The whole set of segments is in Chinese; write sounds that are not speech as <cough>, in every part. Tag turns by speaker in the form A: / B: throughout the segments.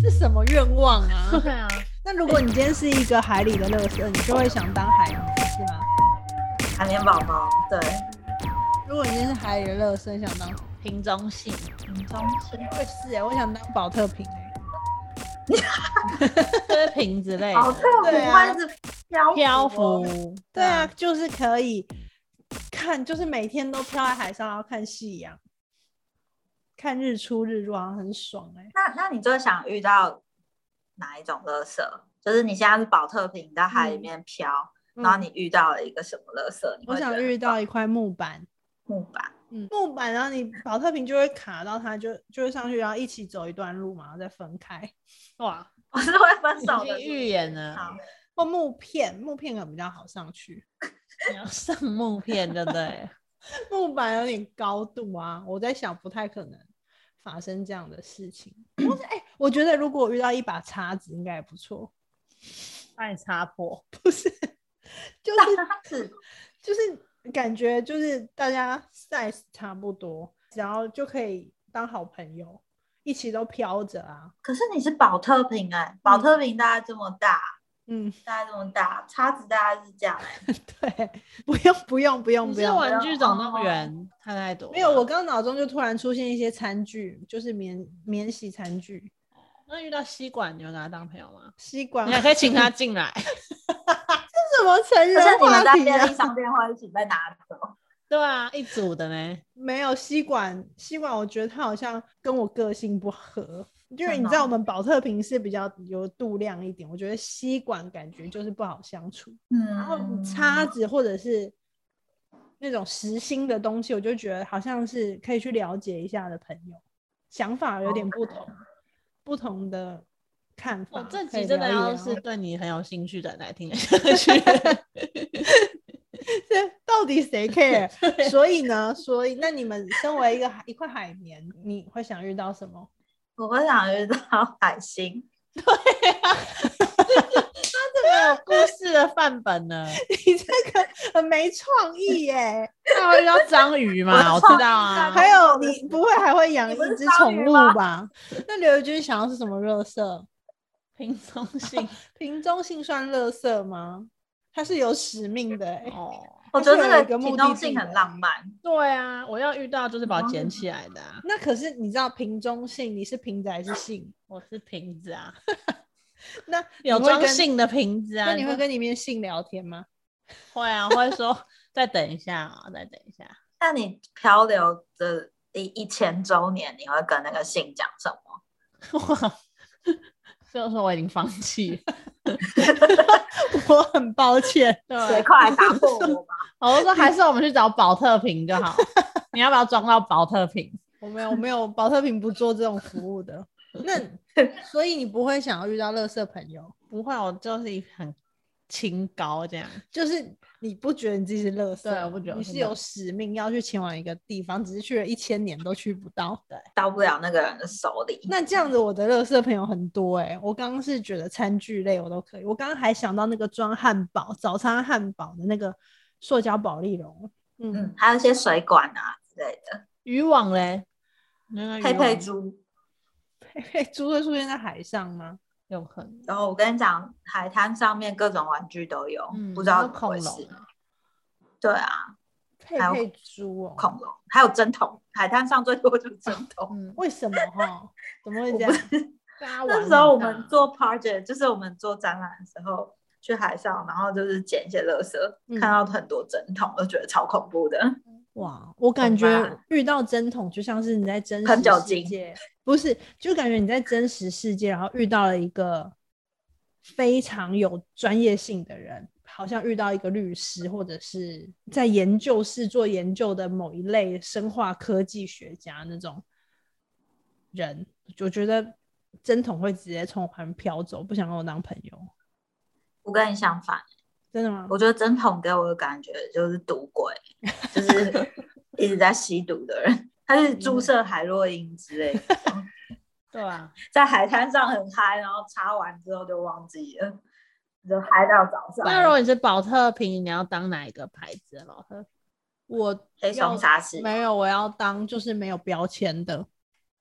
A: 是什么愿望啊？
B: <laughs> 对啊，
A: 那如果你今天是一个海里的乐色，你就会想当海绵，是吗？
C: 海绵宝宝，对，
A: 如果你今天是海里的乐色，你想当瓶中信，
C: 很中性。
A: 我也是哎、我想当保特瓶哎、
B: 就是瓶子类的
C: 好特别，
A: 对啊
C: 它一直漂
B: 漂
C: 浮哦。
B: 浮，
A: 对啊，，就是可以看，就是每天都飘在海上，然后看夕阳，看日出日落，好像很爽哎、
C: 那那你最想遇到哪一种垃圾？就是你现在是保特瓶，你在海里
A: 嗯
C: 面漂，然后你遇到了一个什么垃圾？你
A: 我
C: 会觉
A: 想
C: 得
A: 遇到一块木板，
C: 木板， <laughs>
A: 嗯，木板，然后你保特瓶就会卡到它，就就会上去，然后一起走一段路嘛，然后再分开。
B: 哇，
C: 我是会分
B: 已
C: 手
B: 经
C: 的。
B: 预言了
C: 好
A: 或木片，木片可能比较好上去，
B: 你要上木片对不对？
A: 木板有点高度啊，我在想不太可能发生这样的事
B: <clears throat>
A: 情。但是哎、我觉得如果我遇到一把叉子，应该也不错，
B: <laughs> 把你擦破，
A: 就是 <laughs>
C: 是
A: 就是感觉就是大家 size 差不多，然后就可以当好朋友，一起都飘着啊。
C: 可是你是保特瓶哎、保特瓶大概这么大，
A: 嗯， <laughs>
C: 大概这么大，叉子大概是这样、欸。
A: 对，不用不用不用
B: 你
A: 不
B: 是
A: 用，
B: 玩具总动员，看太多了。
A: 没有，我刚脑中就突然出现一些餐具，就是免免洗餐具、
B: 那遇到吸管，你有拿他当朋友吗？
A: 吸管，
B: 你还可以请他进来， <laughs>
A: 什么成
C: 可是
A: 人
C: 你们
A: 话
C: 在
A: 题
C: 便利
A: 啊？
C: 商店会一起被拿走，
B: 对啊，一组的 <laughs> 呢。
A: 没有吸管，吸管，我觉得它好像跟我个性不合。因为
C: 真
A: 你
C: 的
A: 知道，
C: 哦
A: 我们保特瓶是比较有度量一点，我觉得吸管感觉就是不好相处。
C: 嗯，
A: <laughs> 然后叉子或者是那种实心的东西，我就觉得好像是可以去了解一下的朋友，想法有点不同，不同的看法
B: 哦我
A: 可以聊一聊。
B: 这集真的要是对你很有兴趣的人来听得 <laughs> 下
A: <laughs>
B: 去，
A: 这到底谁 care？所以呢，所以那你们身为一个海一块海绵，你会想遇到什么？
C: 我会想遇到海星，
B: 这没有故事的范本呢。
A: <laughs> 你这个很没创意耶！
B: 那会遇到章鱼 <laughs> 嘛？我
C: 我
B: 知道啊，
A: <laughs> 还有，你不会还会养一
C: 你不是
A: 只
C: 章
A: 宠
C: 鱼
A: 物
C: 吗
A: 吧？那刘宇君想要是什么热色？
B: 平松性
A: 瓶中性算乐色吗？它是有使命的、欸，
B: <laughs> 哦。
C: 我觉得
A: 它是有
C: 这
A: 一个
C: 个
A: 目
C: 行
A: 的
C: 动
A: 地
C: 性
A: 的
C: 很浪漫。
B: 对啊，我要遇到就是把我捡起来的、啊，
A: 那可是你知道瓶中性，你是瓶子还是性？
B: 我是瓶子啊， <laughs>
A: 那你
B: 有
A: 会
B: 装
A: 跟，
B: 性的瓶子啊。
A: 那你会
B: 就
A: 跟里面性聊天吗？
B: 会啊，我会说再等一下啊，再等一下。 <laughs>
C: 那你漂流的一一千周年，你会跟那个信讲什么？
B: 哇，所以说我已经放弃 <laughs> 了。
A: <laughs> 我很抱歉，
C: 谁
B: 对，
C: 快来打
A: <laughs>
C: 破我吧！
B: 我就说还是我们去找保特瓶就好。 <laughs> 你要不要装到保特瓶？
A: 我没有，我没有，保特瓶不做这种服务的。那所以你不会想要遇到乐色朋友，
B: 不会，我就是一很清高这样。
A: 就是你不觉得你自己是乐色，
B: 对我不觉得
A: 你
B: 我
A: 是
B: 是垃圾
A: 有使命要去前往一个地方，只是去了一千年都去不到。
C: 到不了那个人的手里。
A: 那这样子，我的乐色朋友很多哎、我刚刚是觉得餐具类我都可以，我刚刚还想到那个装汉堡、早餐汉堡的那个塑胶保丽龙，嗯，
C: 嗯，还有一些水管啊之类的。
B: 渔网嘞，
A: 哎
B: 那个渔
C: 佩佩
B: 网
C: 猪，
A: 嘿猪会出现在海上吗？
B: 有可能，
C: 然后我跟你讲，海滩上面各种玩具都有，
B: 嗯，
C: 不知道
B: 还有
C: 怎么
B: 恐
C: 回
B: 龙
C: 事。
B: 啊，
C: 对啊，
A: 佩
C: 还有
A: 佩猪哦、
C: 恐龙还有针筒，海滩上最多就是针
A: <laughs>
C: 筒。
B: 嗯，
A: 为什么哈？怎么会这
C: 我
A: 样？
B: 大家
C: 那
B: 玩
C: 时候我
B: 很
C: 们
B: 大
C: 做 project，就是我们做展览的时候去海上，然后就是捡一些垃圾，
A: 嗯
C: 看到很多针筒，都觉得超恐怖的。
A: 哇，我感
C: 怎么
A: 觉
C: 办
A: 遇到针筒就像是你在真
C: 喷酒
A: 实世
C: 精
A: 界，不是，就感觉你在真实世界，然后遇到了一个非常有专业性的人，好像遇到一个律师，或者是在研究室做研究的某一类生化科技学家那种人，我觉得针筒会直接从我旁边飘走，不想跟我当朋友，
C: 我跟你相反，
A: 真的吗？
C: 我觉得针筒给我的感觉就是赌鬼，就是一直在吸毒的人，他
A: 嗯
C: 是注射海洛因之类的，
B: 对啊，
C: 在海滩上很嗨，然后擦完之后就忘记了，就嗨到早
B: 那如
C: 上。
B: 果你是保特瓶，你要当哪一个牌子的保特瓶？
A: 我
C: 黑
A: 要
C: 松沙士，
A: 没有，我要当就是没有标签的。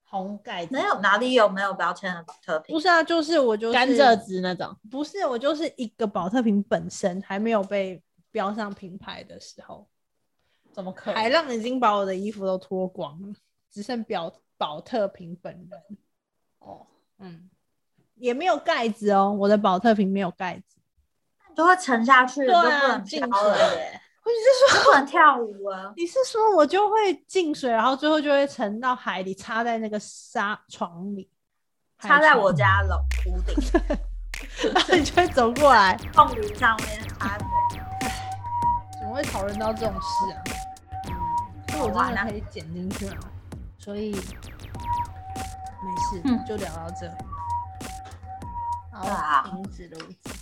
B: 红盖子
C: 没有哪里有没有标签的保特
A: 不
C: 瓶？
A: 是啊，就是我就是
B: 甘蔗汁那种，
A: 不是我就是一个保特瓶本身还没有被标上品牌的时候，
B: 怎么可
A: 海
B: 能？
A: 浪已经把我的衣服都脱光了，只剩表保特瓶本人。
B: 哦，
A: 嗯，也没有盖子哦，我的保特瓶没有盖子。
C: 就会沉下去，就
A: 对啊
C: 不能飘了耶，
A: 我是
C: 就不能跳舞了。
A: 你是说我就会进水，然后最后就会沉到海里，插在那个沙床里，
C: 插在我
A: 海
C: 家楼屋顶，
A: <laughs> 床，然后 <laughs> 你就会走过来。
C: 凤梨上面
A: <laughs>
C: 插着。
A: 怎么会讨论到这种事啊？所以我
C: 啊
A: 真的可以剪进去啊。所以没事，
C: 嗯
A: 就聊到这。
C: 对啊啊
A: 好，停止录制。